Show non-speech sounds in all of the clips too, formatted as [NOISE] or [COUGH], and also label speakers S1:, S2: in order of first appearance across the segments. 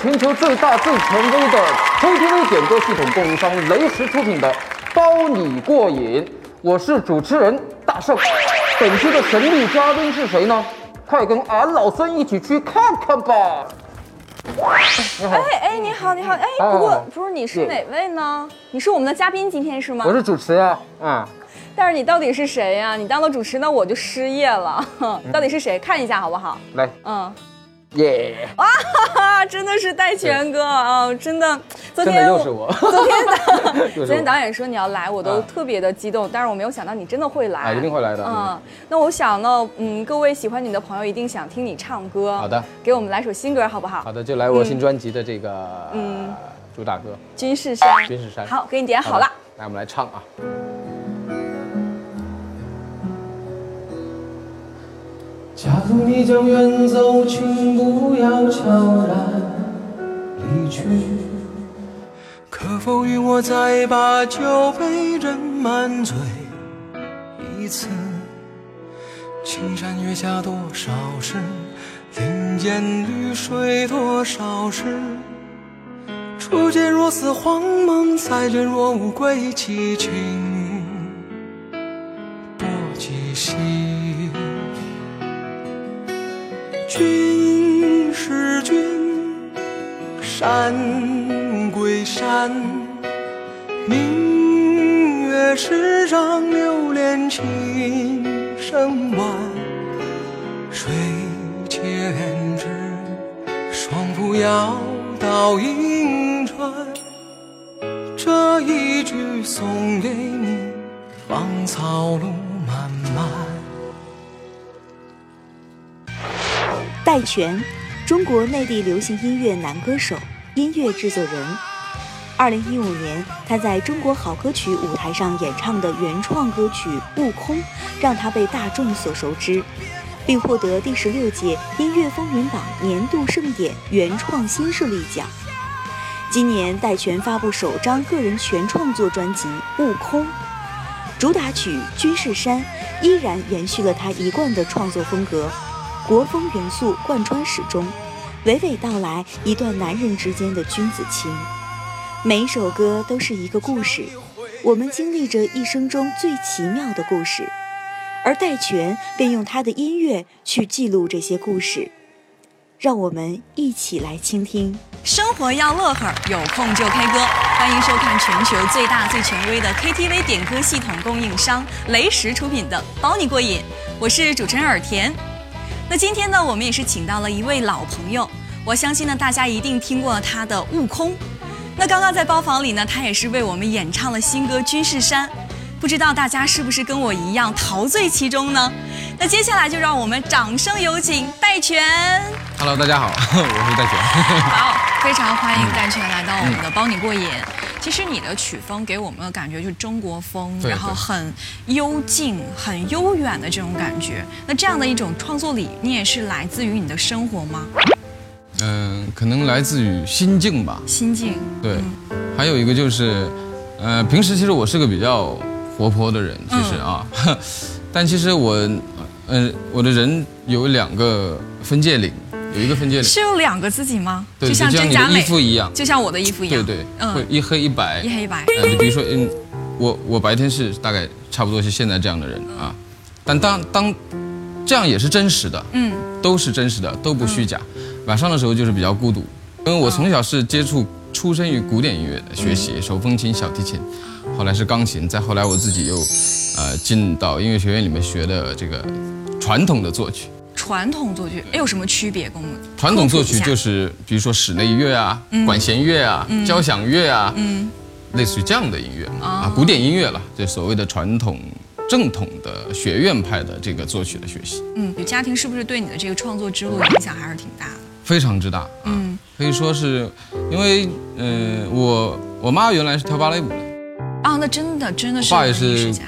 S1: 全球最大、最权威的 KTV 点歌系统供应商雷石出品的《包你过瘾》，我是主持人大圣。本期的神秘嘉宾是谁呢？快跟俺老孙一起去看看吧！你好，
S2: 哎哎，你好，你好，哎，
S1: 啊
S2: 不过不是你
S1: 是
S2: 是哪位呢？你是我们的嘉宾，今天是吗
S1: 我？是主持呀、啊，
S2: 但是你到底是谁呀、你当了主持，那我就失业了。到底是谁？看一下好不好？
S1: 嗯，来，
S2: 嗯，
S1: 耶、
S2: 啊，真的是戴全哥啊，真的。昨
S1: 真的
S2: 天
S1: 又是我，
S2: 昨天的
S1: [LAUGHS] 又
S2: 昨
S1: 是
S2: 天
S1: 我，
S2: 导演说你要来，我都
S1: 啊
S2: 特别的激动，但是我没有想到你真的会来，
S1: 啊，一定会来的。嗯，
S2: 嗯，那我想呢，嗯，各位喜欢你的朋友一定想听你唱歌。
S3: 好的，
S2: 给我们来首新歌好不好？
S3: 好的，就来我新专辑的这个
S2: 嗯
S1: 呃
S3: 主打歌
S2: 军事山。
S3: 《军事山》。
S2: 好，给你点
S3: 的
S2: 好了。，
S3: 来我们来唱啊。
S4: 假如你将远走，请不要悄然离去。可否允我再把酒杯斟满醉一次？青山月下多少事，林间绿水多少事。初见若似黄梦，再见若无归期，情不及兮。君是君，山归山。明月石上，流连琴声晚。水千尺，双扶摇到银川。这一句送给你，芳草路漫漫。
S5: 戴荃，中国内地流行音乐男歌手、音乐制作人。二零一五年，他在中国好歌曲舞台上演唱的原创歌曲《悟空》，让他被大众所熟知，并获得第十六届音乐风云榜年度盛典原创新势力奖。今年，戴荃发布首张个人全创作专辑《悟空》，主打曲《军事山》依然延续了他一贯的创作风格，国风元素贯穿始终，娓娓道来一段男人之间的君子情。每一首歌都是一个故事，我们经历着一生中最奇妙的故事，而戴荃便用他的音乐去记录这些故事。让我们一起来倾听。
S2: 生活要乐呵，有空就 K 歌。欢迎收看全球最大最权威的 KTV 点歌系统供应商雷石出品的《包你过瘾》，我是主持人尔田。那今天呢，我们也是请到了一位老朋友，我相信呢，大家一定听过他的《悟空》。那刚刚在包房里呢，他也是为我们演唱了新歌《军事山》，不知道大家是不是跟我一样陶醉其中呢？那接下来就让我们掌声有请戴荃。
S3: Hello，大家好，我是戴荃。
S6: 好，非常欢
S3: 嗯
S6: 迎戴荃来到我们的《包你过瘾》。其实你的曲风给我们的感觉就是中国风，
S3: 对
S6: 然后
S3: 对
S6: 很幽静、很悠远的这种感觉。那这样的一种创作理念是来自于你的生活吗？
S3: 嗯，可能来自于心境吧。
S6: 心境，
S3: 对，
S6: 嗯
S3: 还有一个就是，呃，平时其实我是个比较活泼的人，
S6: 嗯
S3: 其实啊， [LAUGHS] 但其实我，呃，我的人有两个分界岭，有一个分界岭，
S6: 是有两个自己吗？
S3: 对，就
S6: 像
S3: 像
S6: 真
S3: 你
S6: 假
S3: 的衣
S6: 美，
S3: 服一样，
S6: 就像我的衣服一
S3: 对
S6: 样，
S3: 对，会
S6: 嗯，
S3: 一黑一白，
S6: 一黑一白。
S3: 呃，比如说，嗯，我我白天是大概差不多是现在这样的人啊，但当当这样也是真实的，
S6: 嗯，
S3: 都是真实的，都不虚假。晚上的时候就是比较孤独，因为我从小是接触出身于古典音乐的学习，手风琴、小提琴，后来是钢琴，再后来我自己又，呃，进到音乐学院里面学的这个传统的作曲。
S6: 传统作曲哎有什么区别？跟我们
S3: 传统作曲
S6: 科普一
S3: 就
S6: 下嗯
S3: 是，比如说室内乐啊、管弦乐啊、交响乐啊，类似于这样的音乐
S6: 哦
S3: 嘛啊，古典音乐了，就所谓的传统正统的学院派的这个作曲的学习，
S6: 嗯，你家庭是不是对你的这个创作之路影响还是挺大的？
S3: 非常之大啊，
S6: 嗯
S3: 可以说是因为，呃，我我妈原来是跳芭蕾舞的，
S6: 啊，那真的真的是
S3: 我爸也
S6: 文艺
S3: 是
S6: 术家。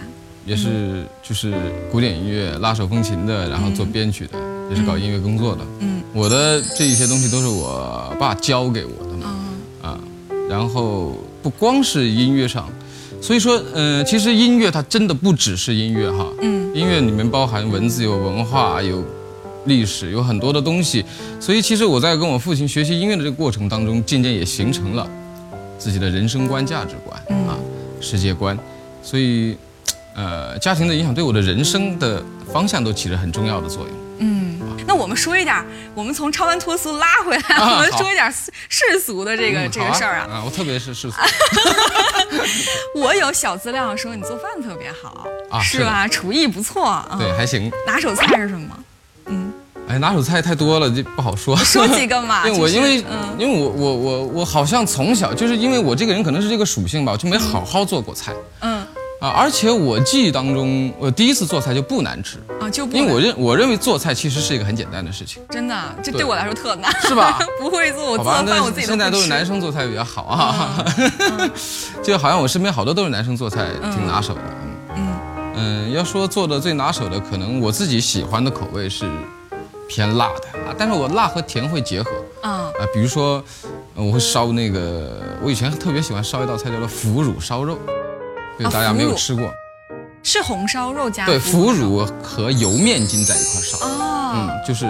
S3: 也是就是古典音乐拉手风琴的，然后做编曲的，也是搞音乐工作的。嗯，我的这一些东西都是我爸教给我的嘛。啊，然后不光是音乐上，所以说，呃，其实音乐它真的不只是音乐哈。嗯，音乐里面包含文字，有文化，有历史，有很多的东西，所以其实我在跟我父亲学习音乐的这个过程当中，渐渐也形成了自己的人生观、价值观啊、世界观，所以，呃，家庭的影响对我的人生的方向都起着很重要的作用。
S6: 那我们说一点儿，我们从超凡脱俗拉回来，
S3: 啊
S6: [LAUGHS] 我们
S3: 好
S6: 说一点儿世世俗的这个、
S3: 嗯
S6: 这
S3: 好
S6: 个事儿啊。
S3: 啊，我特别是世俗，
S6: 我有小资料说你做饭特别好，
S3: 啊
S6: 是
S3: 是的
S6: 吧？厨艺不错啊。
S3: 对，还行。
S6: 拿手菜是什
S3: [LAUGHS]
S6: 么？
S3: 哎，拿手菜太多了，这不好说。
S6: 说几个嘛
S3: 对，
S6: [LAUGHS]
S3: 我
S6: 就是
S3: 因为
S6: 嗯
S3: 因为我我我我好像从小就是因为我这个人可能是这个属性吧，我就没好好做过菜
S6: 嗯
S3: 啊。而且我记忆当中，我第一次做菜就不难吃，
S6: 啊，就不
S3: 因为我认我认为做菜其实是一个很简单的事情，
S6: 真的这
S3: 对
S6: 对我来说特难，
S3: 是吧？
S6: [LAUGHS] 不会做，我做
S3: 好吧
S6: 的？饭我自
S3: 那
S6: 己
S3: 现在
S6: 不
S3: 都是
S6: 吃嗯
S3: 男生做菜比较好啊， [LAUGHS] 就好像我身边好多都是男生做菜挺拿手的，嗯嗯要说做的最拿手的，可能我自己喜欢的口味是偏辣的啊，但是我辣和甜会结合。
S6: 啊
S3: 啊，比如说，呃我会烧那个，我以前特别喜欢烧一道菜叫做腐乳烧肉，对、
S6: 啊
S3: 大家没
S6: 腐
S3: 有
S6: 乳
S3: 吃过。
S6: 是红烧肉加
S3: 对，腐
S6: 烧
S3: 乳和油面筋在一块烧，嗯
S6: 哦，，
S3: 就是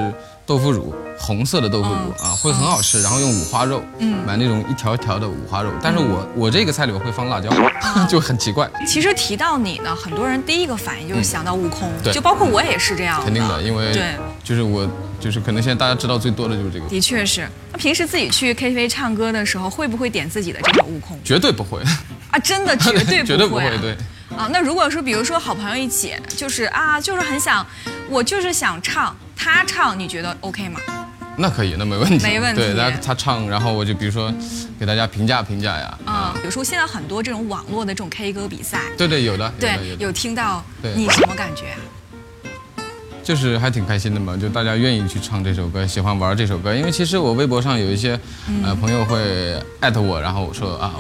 S3: 豆腐乳，红色的豆腐乳、
S6: 嗯
S3: 啊，会很好吃。然后用五花肉，嗯，买那种一条一条的五花
S6: 嗯
S3: 肉，但是我我这个菜里面会
S6: [LAUGHS]
S3: 放辣椒，就很奇怪。
S6: 其实提到你呢，很多人第一个反应就是想到悟空，
S3: 嗯对
S6: 就包括我也是这样
S3: 肯定的，因为
S6: 对
S3: 就是我就是可能现在大家知道最多的就是这个，
S6: 的确是。那平时自己去 KTV 唱歌的时候，会不会点自己的这个悟空
S3: 绝对不会，
S6: 啊？真的绝对
S3: [LAUGHS] 绝对不
S6: 会啊、
S3: 会，对。
S6: 啊。那如果说，比如说好朋友一起，就是啊，就是很想，我就是想唱，他唱，你觉得 OK 吗？
S3: 那可以，那没问题，
S6: 没问题
S3: 对，大家他唱，然后我就比如说给大家评价评价呀，
S6: 啊、比如说现在很多这种网络的这种 K 歌比赛，
S3: 对对，有的，有的，
S6: 对，
S3: 有的，
S6: 有听到，
S3: 对
S6: 你什么感觉啊？
S3: 就是还挺开心的嘛，就大家愿意去唱这首歌，喜欢玩这首歌，因为其实我微博上有一些呃
S6: 嗯
S3: 朋友会艾特我，然后我说啊。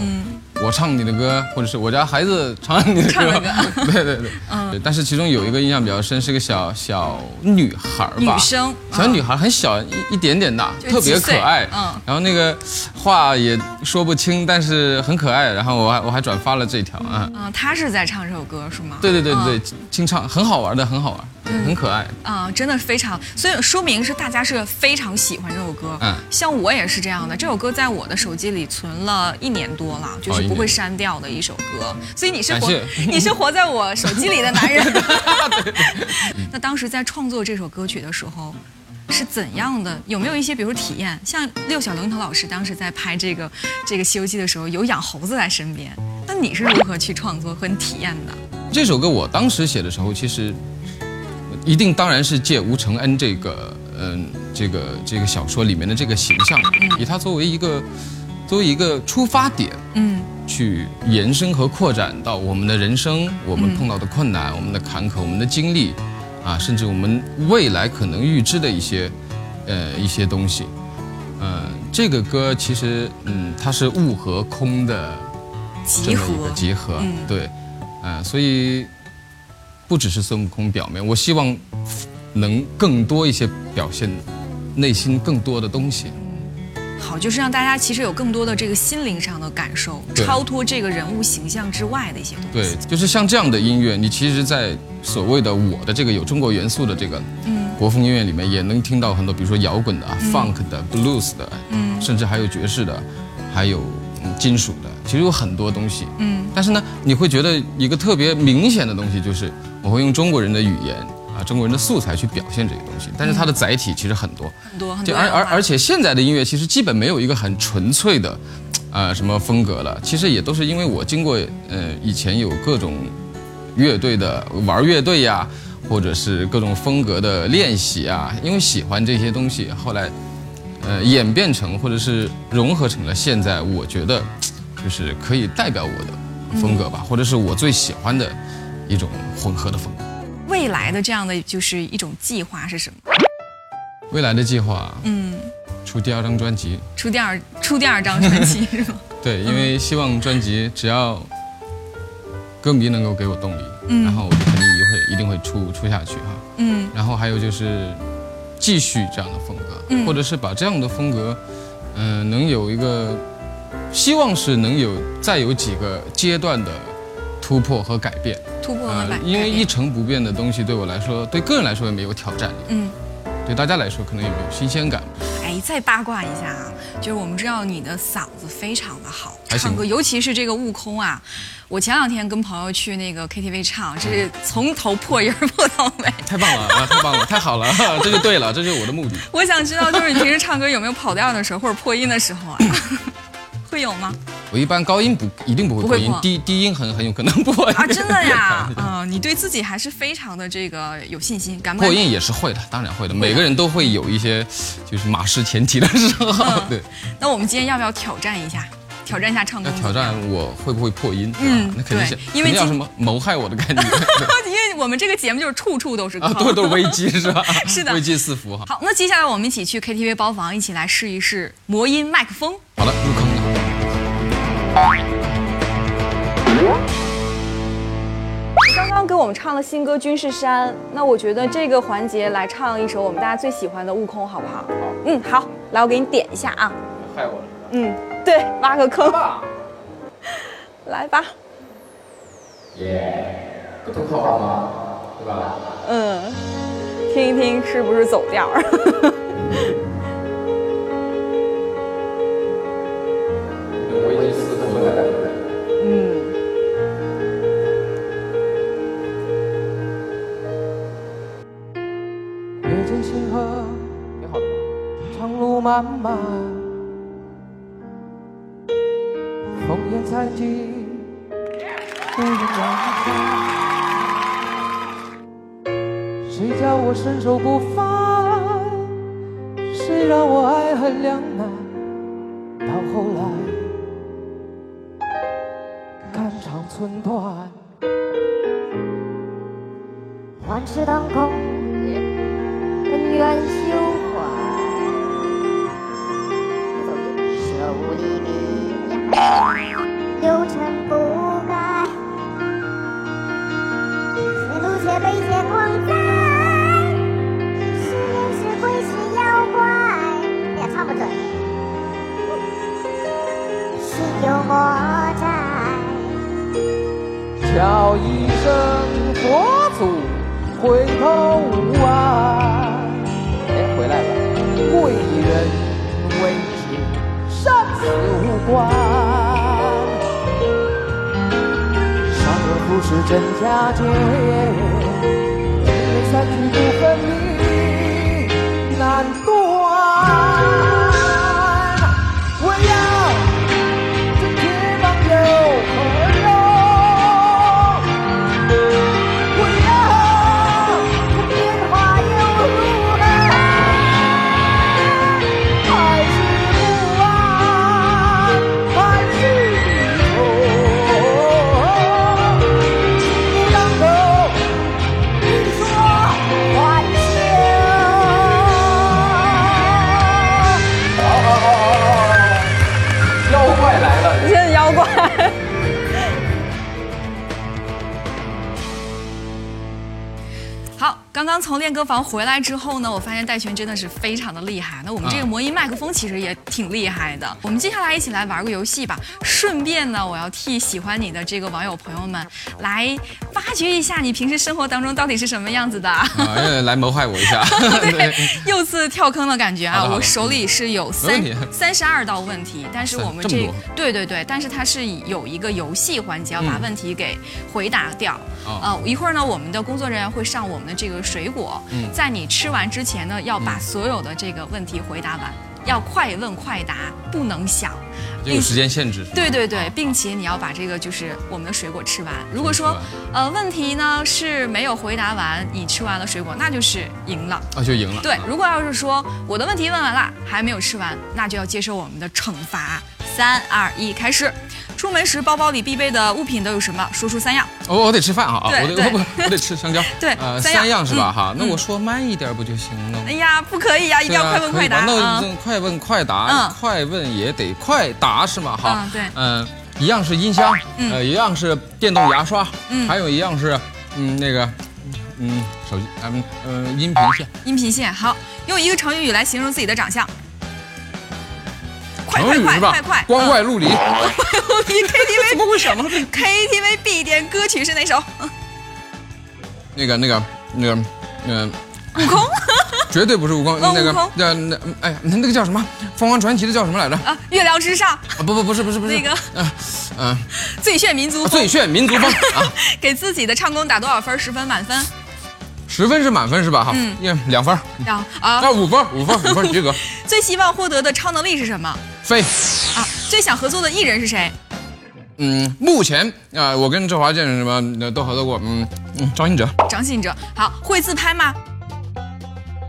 S3: 我唱你的歌，或者是我家孩子唱你的歌，
S6: 唱嗯了
S3: [LAUGHS] 对
S6: [LAUGHS]
S3: 对对，对但是其中有一个印象比较深，是个小小女孩儿吧，
S6: 女生嗯
S3: 小女孩很小，一一点点大，
S6: 就
S3: 特
S6: 几
S3: 别可
S6: 岁
S3: 爱。
S6: 嗯
S3: 然后那个话也说不清，但是很可爱。然后我还我还转发了这条啊。
S6: 啊、他是在唱这首歌是吗？
S3: 对对对
S6: 啊
S3: 对，清唱很好玩的，很好玩，很可爱。
S6: 啊、真的非常，所以说明是大家是非常喜欢这首歌。
S3: 嗯
S6: 像我也是这样的，这首歌在我的手机里存了一年多了，就
S3: 哦一
S6: 是
S3: 年
S6: 不会删掉的一首歌。所以你是
S3: 感
S6: 活
S3: 谢，
S6: [LAUGHS] 你是活在我手机里的男
S3: [LAUGHS]
S6: 人。 [LAUGHS] 那当时在创作这首歌曲的时候。是怎样的？有没有一些，比如体验？像六小龄童老师当时在拍这个这个《西游记》的时候，有养猴子在身边，那你是如何去创作和体验的？
S3: 这首歌我当时写的时候，其实呃一定当然是借吴承恩这个嗯这个这个小说里面的这个形象，以它作为一个作为一个出发点，
S6: 嗯，
S3: 去延伸和扩展到我们的人生，我们碰到的困难、我们的坎坷、我们的经历，啊，甚至我们未来可能预知的一些呃一些东西。呃，这个歌其实嗯它是物和空的这
S6: 集
S3: 么一
S6: 合
S3: 个集合，对，嗯、所以不只是孙悟空表面，我希望能更多一些表现内心更多的东西。
S6: 好，就是让大家其实有更多的这个心灵上的感受，
S3: 对
S6: 超脱这个人物形象之外的一些东西。
S3: 对，就是像这样的音乐，你其实，在所谓的我的这个有中国元素的这个国风音乐里面，也能听到很多，比如说摇滚的、啊、funk 的、blues 的，甚至还有爵士的，还有嗯金属的，其实有很多东西。嗯，但是呢，你会觉得一个特别明显的东西就是，我会用中国人的语言啊，中国人的素材去表现这个东西，但是它的载体其实很多。
S6: 很多很
S3: 就
S6: 多
S3: 而
S6: 哦样化。
S3: 而而且现在的音乐其实基本没有一个很纯粹的，呃，什么风格了。其实也都是因为我经过呃以前有各种乐队的玩乐队呀、或者是各种风格的练习啊，因为喜欢这些东西，后来呃演变成或者是融合成了现在我觉得就是可以代表我的风格吧，或者是我最喜欢的一种混合的风格。
S6: 未来的这样的就是一种计划是什么？
S3: 未来的计划，
S6: 嗯，
S3: 出第二张专辑。
S6: 出第二出第二张专辑
S3: [LAUGHS]
S6: 是吗？
S3: 对，因
S6: 嗯
S3: 为希望专辑只要歌迷能够给我动力，然后我就肯定也会一定会出出下去哈。
S6: 嗯，
S3: 然后还有就是继续这样的风格，
S6: 嗯
S3: 或者是把这样的风格，嗯、能有一个希望是能有再有几个阶段的突破和改变。
S6: 突破
S3: 呃
S6: 了百、
S3: 因为
S6: 改
S3: 一
S6: 变
S3: 成不变的东西对我来说，对个人来说也没有挑战力。
S6: 嗯，
S3: 对大家来说可能也没有新鲜感。
S6: 哎，再八卦一下啊，就是我们知道你的嗓子非常的好，
S3: 还行
S6: 唱歌，尤其是这个《悟空》啊，我前两天跟朋友去那个 KTV 唱，这
S3: 嗯
S6: 是从头破音儿破到尾。 [LAUGHS]
S3: 太棒了啊！太棒了，太好了，这就对了，这就是我的目的。
S6: 我想知道，就是你平时唱歌有没有跑调的时候，或者破音的时候啊？ [LAUGHS] 会有吗？
S3: 我一般高音不一定不会
S6: 不会
S3: 破音
S6: 破，
S3: 低低音很很有可能破
S6: [LAUGHS]
S3: 音。
S6: 啊，真的呀，啊、你对自己还是非常的这个有信心，敢不敢？
S3: [LAUGHS] 破音也是会的，当然会的，每个人都会有一些就是马失前蹄的时候。
S6: 嗯
S3: [LAUGHS] 对，
S6: 那我们今天要不要挑战一下？挑战一下唱功
S3: 要？挑战我会不会破音，对吧
S6: 嗯？
S3: 那肯定是
S6: 对，因为
S3: 肯定要
S6: 今
S3: 什么谋害我的
S6: [LAUGHS]
S3: 感觉 [LAUGHS] 对
S6: [LAUGHS] 因为我们这个节目就是处处都是坑。
S3: 啊，都都是危机是吧？
S6: 是的
S3: 危机四伏哈。
S6: 好，那接下来我们一起去 KTV 包房，一起来试一试魔音麦克风。
S3: 好了，入坑了。
S7: 刚刚给我们唱了新歌《军事山》，那我觉得这个环节来唱一首我们大家最喜欢的《悟空》，好不好？
S6: 哦
S7: 嗯，好，来，我给你点一下啊。
S1: 害我了。
S7: 嗯，对，挖个坑，
S1: 爸，
S7: [LAUGHS] 来吧。
S1: 不挺好吗？对吧？
S7: 嗯，听一听是不是走调儿？
S1: 有危机四伏的感觉。
S7: 嗯，
S4: 阅尽星河，
S1: 挺好的吧？
S4: 长路漫漫，烽烟残尽，孤影阑珊。谁叫我身手不凡？谁让我爱恨两难？到后来，肝肠寸断。
S8: 万尺当空，恩怨休怀。手里笔，六尘不改。且渡且悲且狂哉，是人是鬼是妖怪，也唱不准。心有魔债。
S4: 叫一声佛祖，回头无岸。哎，回来了。贵人为己，生死无关。善恶不是真假界，一言三句不分明，难断。我要这天上有朋友。我要这变化又如何？还是不安，还是迷途？你能否欲说还休？
S1: 好好好好好好，妖怪来了。
S7: 真的妖怪。
S6: [LAUGHS] 好，刚刚从练歌房回来之后呢，我发现戴璇真的是非常的厉害。那我们这个
S7: 嗯
S6: 魔音麦克风其实也挺厉害的。我们接下来一起来玩个游戏吧。顺便呢，我要替喜欢你的这个网友朋友们来挖掘一下你平时生活当中到底是什么样子的。
S3: 啊，要来谋害我一下。对， [LAUGHS]
S6: 又次跳坑的感觉啊！
S3: 好的好的
S6: 我手里是有
S3: 没
S6: 三
S3: 问题
S6: 三十二道问题，但是我们
S3: 这
S6: 这
S3: 么多
S6: 对对对，但是它是有一个游戏环节，要把
S3: 嗯
S6: 问题给回答掉。
S3: 哦
S6: 呃，一会儿呢，我们的工作人员会上我们的这个水果，
S3: 嗯
S6: 在你吃完之前呢，要把所有的这个问题回答完，要快问快答，不能想。
S3: 这有时间限制是吗。
S6: 对对对
S3: 啊，
S6: 并且你要把这个就是我们的水果吃完。如果
S3: 吃完
S6: 说呃问题呢是没有回答完，你吃完了水果，那就是赢了。
S3: 啊就赢了。
S6: 对
S3: 啊，
S6: 如果要是说我的问题问完了还没有吃完，那就要接受我们的惩罚。三二一，开始。出门时包包里必备的物品都有什么？说出三样。
S3: 我我得吃饭啊，啊
S6: 对
S3: 我得
S6: 对
S3: 我不我得吃香蕉。
S6: 对
S3: 呃，
S6: 三样
S3: 三样是吧？
S6: 嗯
S3: 哈，那
S6: 嗯
S3: 我说慢一点不就行了吗
S6: 哎？呀，不可以呀、一定要
S3: 对啊，
S6: 快问
S3: 可
S6: 快
S3: 以吧
S6: 答
S3: 那
S6: 啊！
S3: 这快问快
S6: 嗯
S3: 答，快问也得快答是吗？哈
S6: 嗯，对
S3: 嗯，一样是音箱，
S6: 嗯
S3: 呃，一样是电动牙刷，
S6: 嗯
S3: 还有一样是，嗯，那个，嗯，手机，嗯，呃，音频线。
S6: 音频线好，用一个成语来形容自己的长相。快
S3: 成
S6: 快
S3: 语
S6: 快
S3: 是吧
S6: 快快！嗯
S3: 光 [LAUGHS] 怪陆离。
S6: 比
S3: [LAUGHS]
S6: KTV 怎么会什么 KTV [LAUGHS] 必点歌曲是哪首？
S3: 那个那个那个，嗯，
S6: [LAUGHS] 悟空。
S3: [LAUGHS] 绝对不是悟空，
S6: 哦
S3: 那个
S6: 悟空
S3: 那那哎呀，那个叫什么《凤凰传奇》的叫什
S6: [LAUGHS]
S3: 么来着？啊
S6: 啊，月亮之
S3: [LAUGHS]
S6: 上，
S3: 不不不是不是不是
S6: 那个
S3: [LAUGHS] 啊啊
S6: 最炫民
S3: [LAUGHS]
S6: 族
S3: 最
S6: 风，
S3: 炫民族风啊，
S6: 给自己的唱功打多少分？十分满分？
S3: 十分是满分是吧？哈，嗯，两分儿
S6: 然后啊，
S3: 啊，五分儿五分儿五
S6: [LAUGHS]
S3: 分儿及格，
S6: 最希望获得的超能力是什么？
S3: 飞。
S6: 啊，最想合作的艺人是谁？
S3: 嗯，目前啊、我跟周华健什么呃都合作过，嗯嗯，张信哲
S6: 张信哲。好，会自拍吗？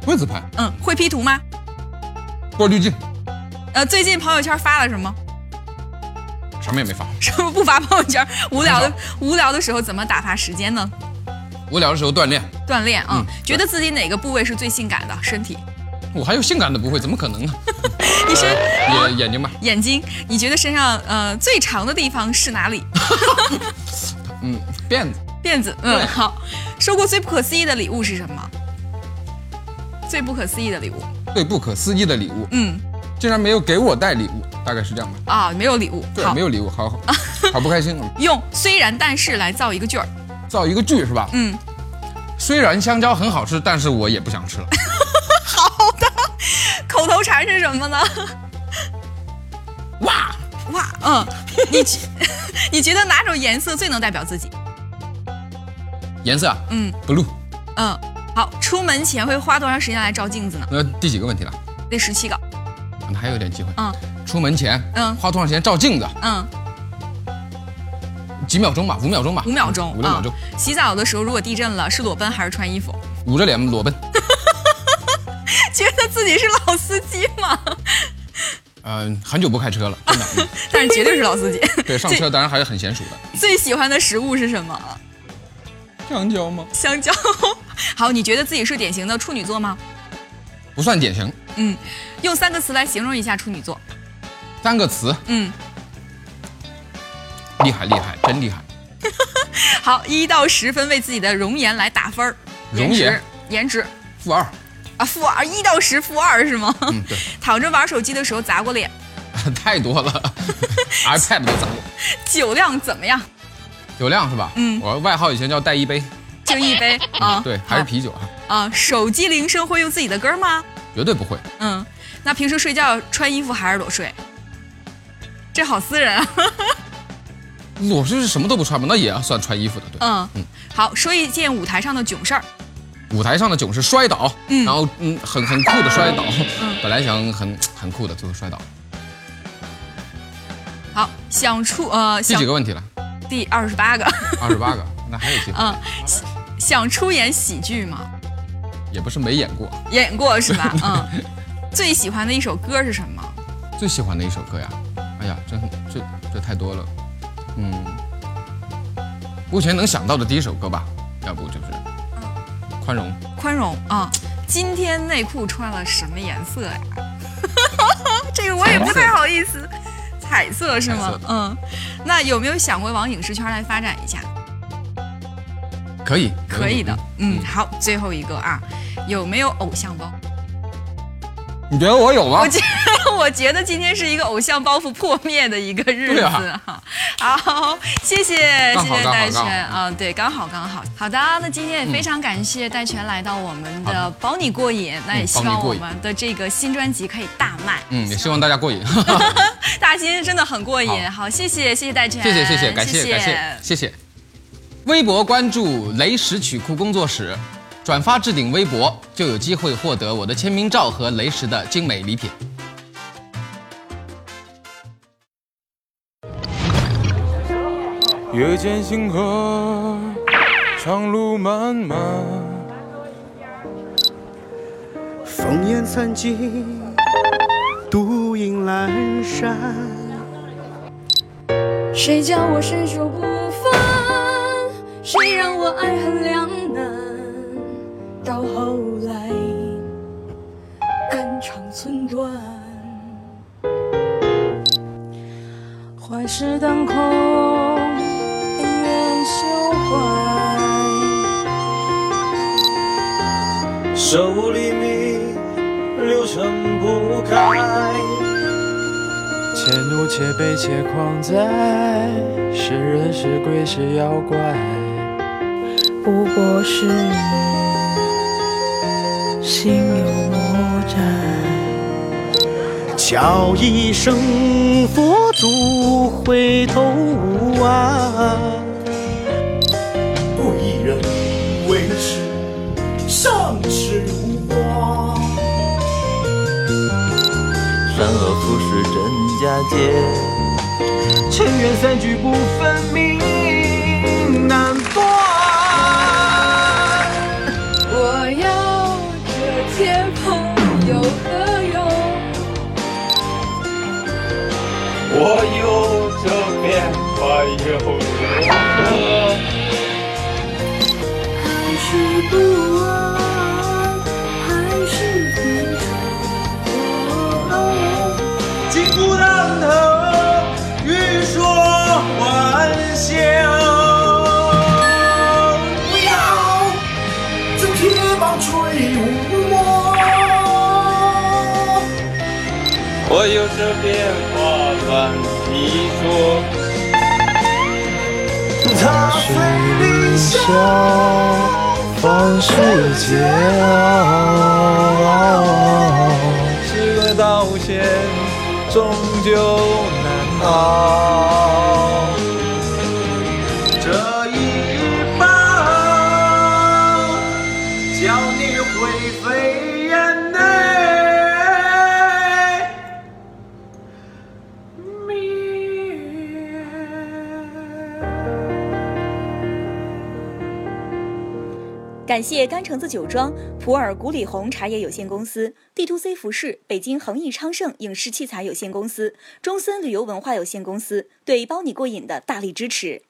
S3: 会自拍，
S6: 嗯，会 P 图吗？
S3: 过滤镜，
S6: 呃，最近朋友圈发了什么？ [LAUGHS]
S3: 什么也没发。
S6: 是不是不发朋友圈？无聊的无聊的时候怎么打发时间呢？
S3: 无聊的时候锻炼，
S6: 锻炼啊、
S3: 嗯
S6: 觉得自己哪个部位是最性感的？身体、
S3: 我还有性感的不会，怎么可能呢？
S6: [LAUGHS]
S3: 呃
S6: 你身、
S3: 眼眼睛吧，
S6: 眼睛，你觉得身上呃最长的地方是哪里？
S3: 嗯，辫子，
S6: 辫子。嗯，好。收过最不可思议的礼物是什么？最不可思议的礼物，
S3: 最不可思议的礼物，
S6: 嗯
S3: 竟然没有给我带礼物，大概是这样吧。
S6: 啊，没有礼物，
S3: 对，
S6: 好
S3: 没有礼物，好好好不开心。
S6: 用虽然但是来造一个句儿，
S3: 造一个句是吧？
S6: 嗯，
S3: 虽然香蕉很好吃，但是我也不想
S6: [LAUGHS]
S3: 吃了。
S6: 口头禅是什么呢？
S3: 哇，
S6: 哇，嗯，
S3: [LAUGHS]
S6: 你觉你觉得哪种颜色最能代表自己？
S3: 颜色啊，
S6: 嗯
S3: blue。
S6: 嗯，好，出门前会花多长时间来照镜子呢？
S3: 那呃第几个问题了？啊
S6: 得十七个，
S3: 那还有点机会。
S6: 嗯
S3: 出门前，
S6: 嗯
S3: 花多长时间照镜子？
S6: 嗯，
S3: 几秒钟吧，五秒钟吧，
S6: 五秒钟，
S3: 五六秒钟，
S6: 嗯洗澡的时候如果地震了，是裸奔还是穿衣服？ [LAUGHS]
S3: 捂着脸裸奔。
S6: 觉得自己是老司机吗？ [LAUGHS]
S3: 嗯、很久不开 [LAUGHS] 车了，真的。
S6: 但是绝对是老司机。 [LAUGHS]
S3: 对，上车当然还是很娴熟的。
S6: 最喜欢的食物是什么？
S3: 香蕉吗？
S6: 香蕉。 [LAUGHS] 好，你觉得自己是典型的处女座吗？
S3: 不算典型。
S6: 嗯，用三个词来形容一下处女座。
S3: 三个词，
S6: 嗯，
S3: 厉害厉害，真厉害。
S6: 好，一到十分为自己的容颜来打分儿。
S3: 容
S6: 颜值
S3: 颜，
S6: 颜值
S3: 负二。
S6: 啊，负二，一到十负二是吗？
S3: 嗯，对，
S6: [LAUGHS]
S3: [LAUGHS]
S6: 躺着玩手机的时候砸过脸，
S3: 太多 [LAUGHS] 了，iPad 都砸过。
S6: 酒量怎么样？
S3: 酒量是吧？
S6: 嗯
S3: 我外号以前叫带一杯，嗯
S6: 就一杯啊，
S3: [LAUGHS] 对，还是啤酒啊，
S6: 啊。手机铃声会用自己的歌吗？
S3: 绝对不会。
S6: 嗯，那平时睡觉穿衣服还是裸睡？这好私人啊。 [LAUGHS]
S3: 裸睡是什么都不穿吗？那也算穿衣服的，对。
S6: 嗯
S3: 嗯，
S6: 好，说一件舞台上的囧事儿。
S3: 舞台上的囧是摔倒，
S6: 嗯
S3: 然后嗯，很很酷的摔倒，
S6: 嗯
S3: 本来想很很酷的，最后摔倒。
S6: 好，想出呃
S3: 第
S6: 想
S3: 几个问题了？
S6: 第二十八个，
S3: 二十八个，那还有机会。
S6: 嗯，想出演喜剧吗？
S3: 也不是没演过。
S6: 演过是
S3: [LAUGHS]
S6: 吧？嗯，最喜欢的一首歌是什么？
S3: 最喜欢的一首歌呀，哎呀，真这这太多了，嗯，目前能想到的第一首歌吧，要不就是，
S6: 嗯
S3: 宽容，
S6: 宽容啊、今天内裤穿了什么颜色呀？ [LAUGHS] 这个我也不太好意思。彩色是
S3: 彩
S6: 吗
S3: 色？
S6: 嗯，那有没有想过往影视圈来发展一下？
S3: 可以，
S6: 可以的，嗯，
S3: 嗯
S6: 好，最后一个啊，有没有偶像包？ [LAUGHS]
S3: 你觉得我有吗
S6: 我？觉我觉得今天是一个偶像包袱破灭的一个日子
S3: 对啊
S6: 哈、 [LAUGHS] 好，谢谢谢
S3: 刚好
S6: 谢
S3: 刚好
S6: 戴
S3: 刚
S6: 全
S3: 好
S6: 啊，对，刚好刚好。好的，那今天也非常感谢戴全来到我们的“保你过瘾”，那也
S3: 嗯
S6: 希
S3: 保
S6: 望
S3: 你
S6: 我
S3: 过瘾
S6: 们的这个新专辑可以大卖。
S3: 嗯，也希望大家过瘾，
S6: 大家今天真的很过瘾，好，谢谢谢谢戴全，
S3: [LAUGHS] 谢谢谢谢，感
S6: 谢
S3: 谢感谢谢谢。微博关注“雷石曲库工作室”，转发置顶微博就有机会获得我的签名照和雷石的精美礼品。
S4: 夜间星河，长路漫漫，
S9: 烽烟残尽，独影阑珊。
S10: 谁叫我身手不凡？谁让我爱恨两难？到后来，肝肠寸断。坏事当空，恩怨休怀。
S9: 手无黎明，流程不改。
S4: 且怒且悲且狂哉，是人是鬼是妖怪。
S10: 不过是你
S11: 心有魔债。
S4: 叫一声佛祖，回头无岸。
S12: 不以人为师，上师如花。
S13: 善恶浮世真假界，
S8: 尘缘散聚不分明，难断。
S10: 我要这天空有何用？
S14: 我有这变化又如何？
S11: 还是不安，还是执着。
S4: 金不当头，欲说还乡。
S12: 不要这铁棒捶我，
S14: 我有这变化万里说。
S4: 踏碎林香，放水间。是个道歉，终究难逃。这一棒，叫你灰飞烟灭。
S5: 感谢甘橙子酒庄、普洱古里红茶叶有限公司、D2C 服饰、北京恒益昌盛影视器材有限公司、中森旅游文化有限公司对包你过瘾的大力支持。